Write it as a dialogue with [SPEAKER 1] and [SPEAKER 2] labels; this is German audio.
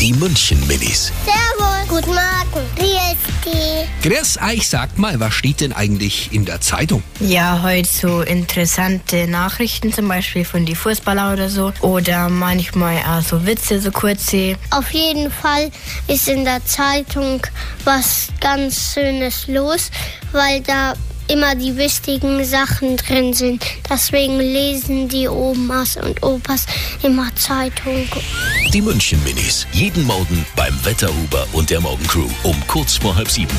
[SPEAKER 1] Die München Minis.
[SPEAKER 2] Servus. Guten Morgen. Wie ist die?
[SPEAKER 1] Grüß euch, sagt mal, was steht denn eigentlich in der Zeitung?
[SPEAKER 3] Ja, heute so interessante Nachrichten, zum Beispiel von die Fußballer oder so. Oder manchmal auch so Witze, so kurze.
[SPEAKER 2] Auf jeden Fall ist in der Zeitung was ganz Schönes los, weil da immer die wichtigen Sachen drin sind. Deswegen lesen die Omas und Opas immer Zeitung.
[SPEAKER 1] Die München Minis. Jeden Morgen beim Wetterhuber und der Morgencrew um kurz vor halb sieben.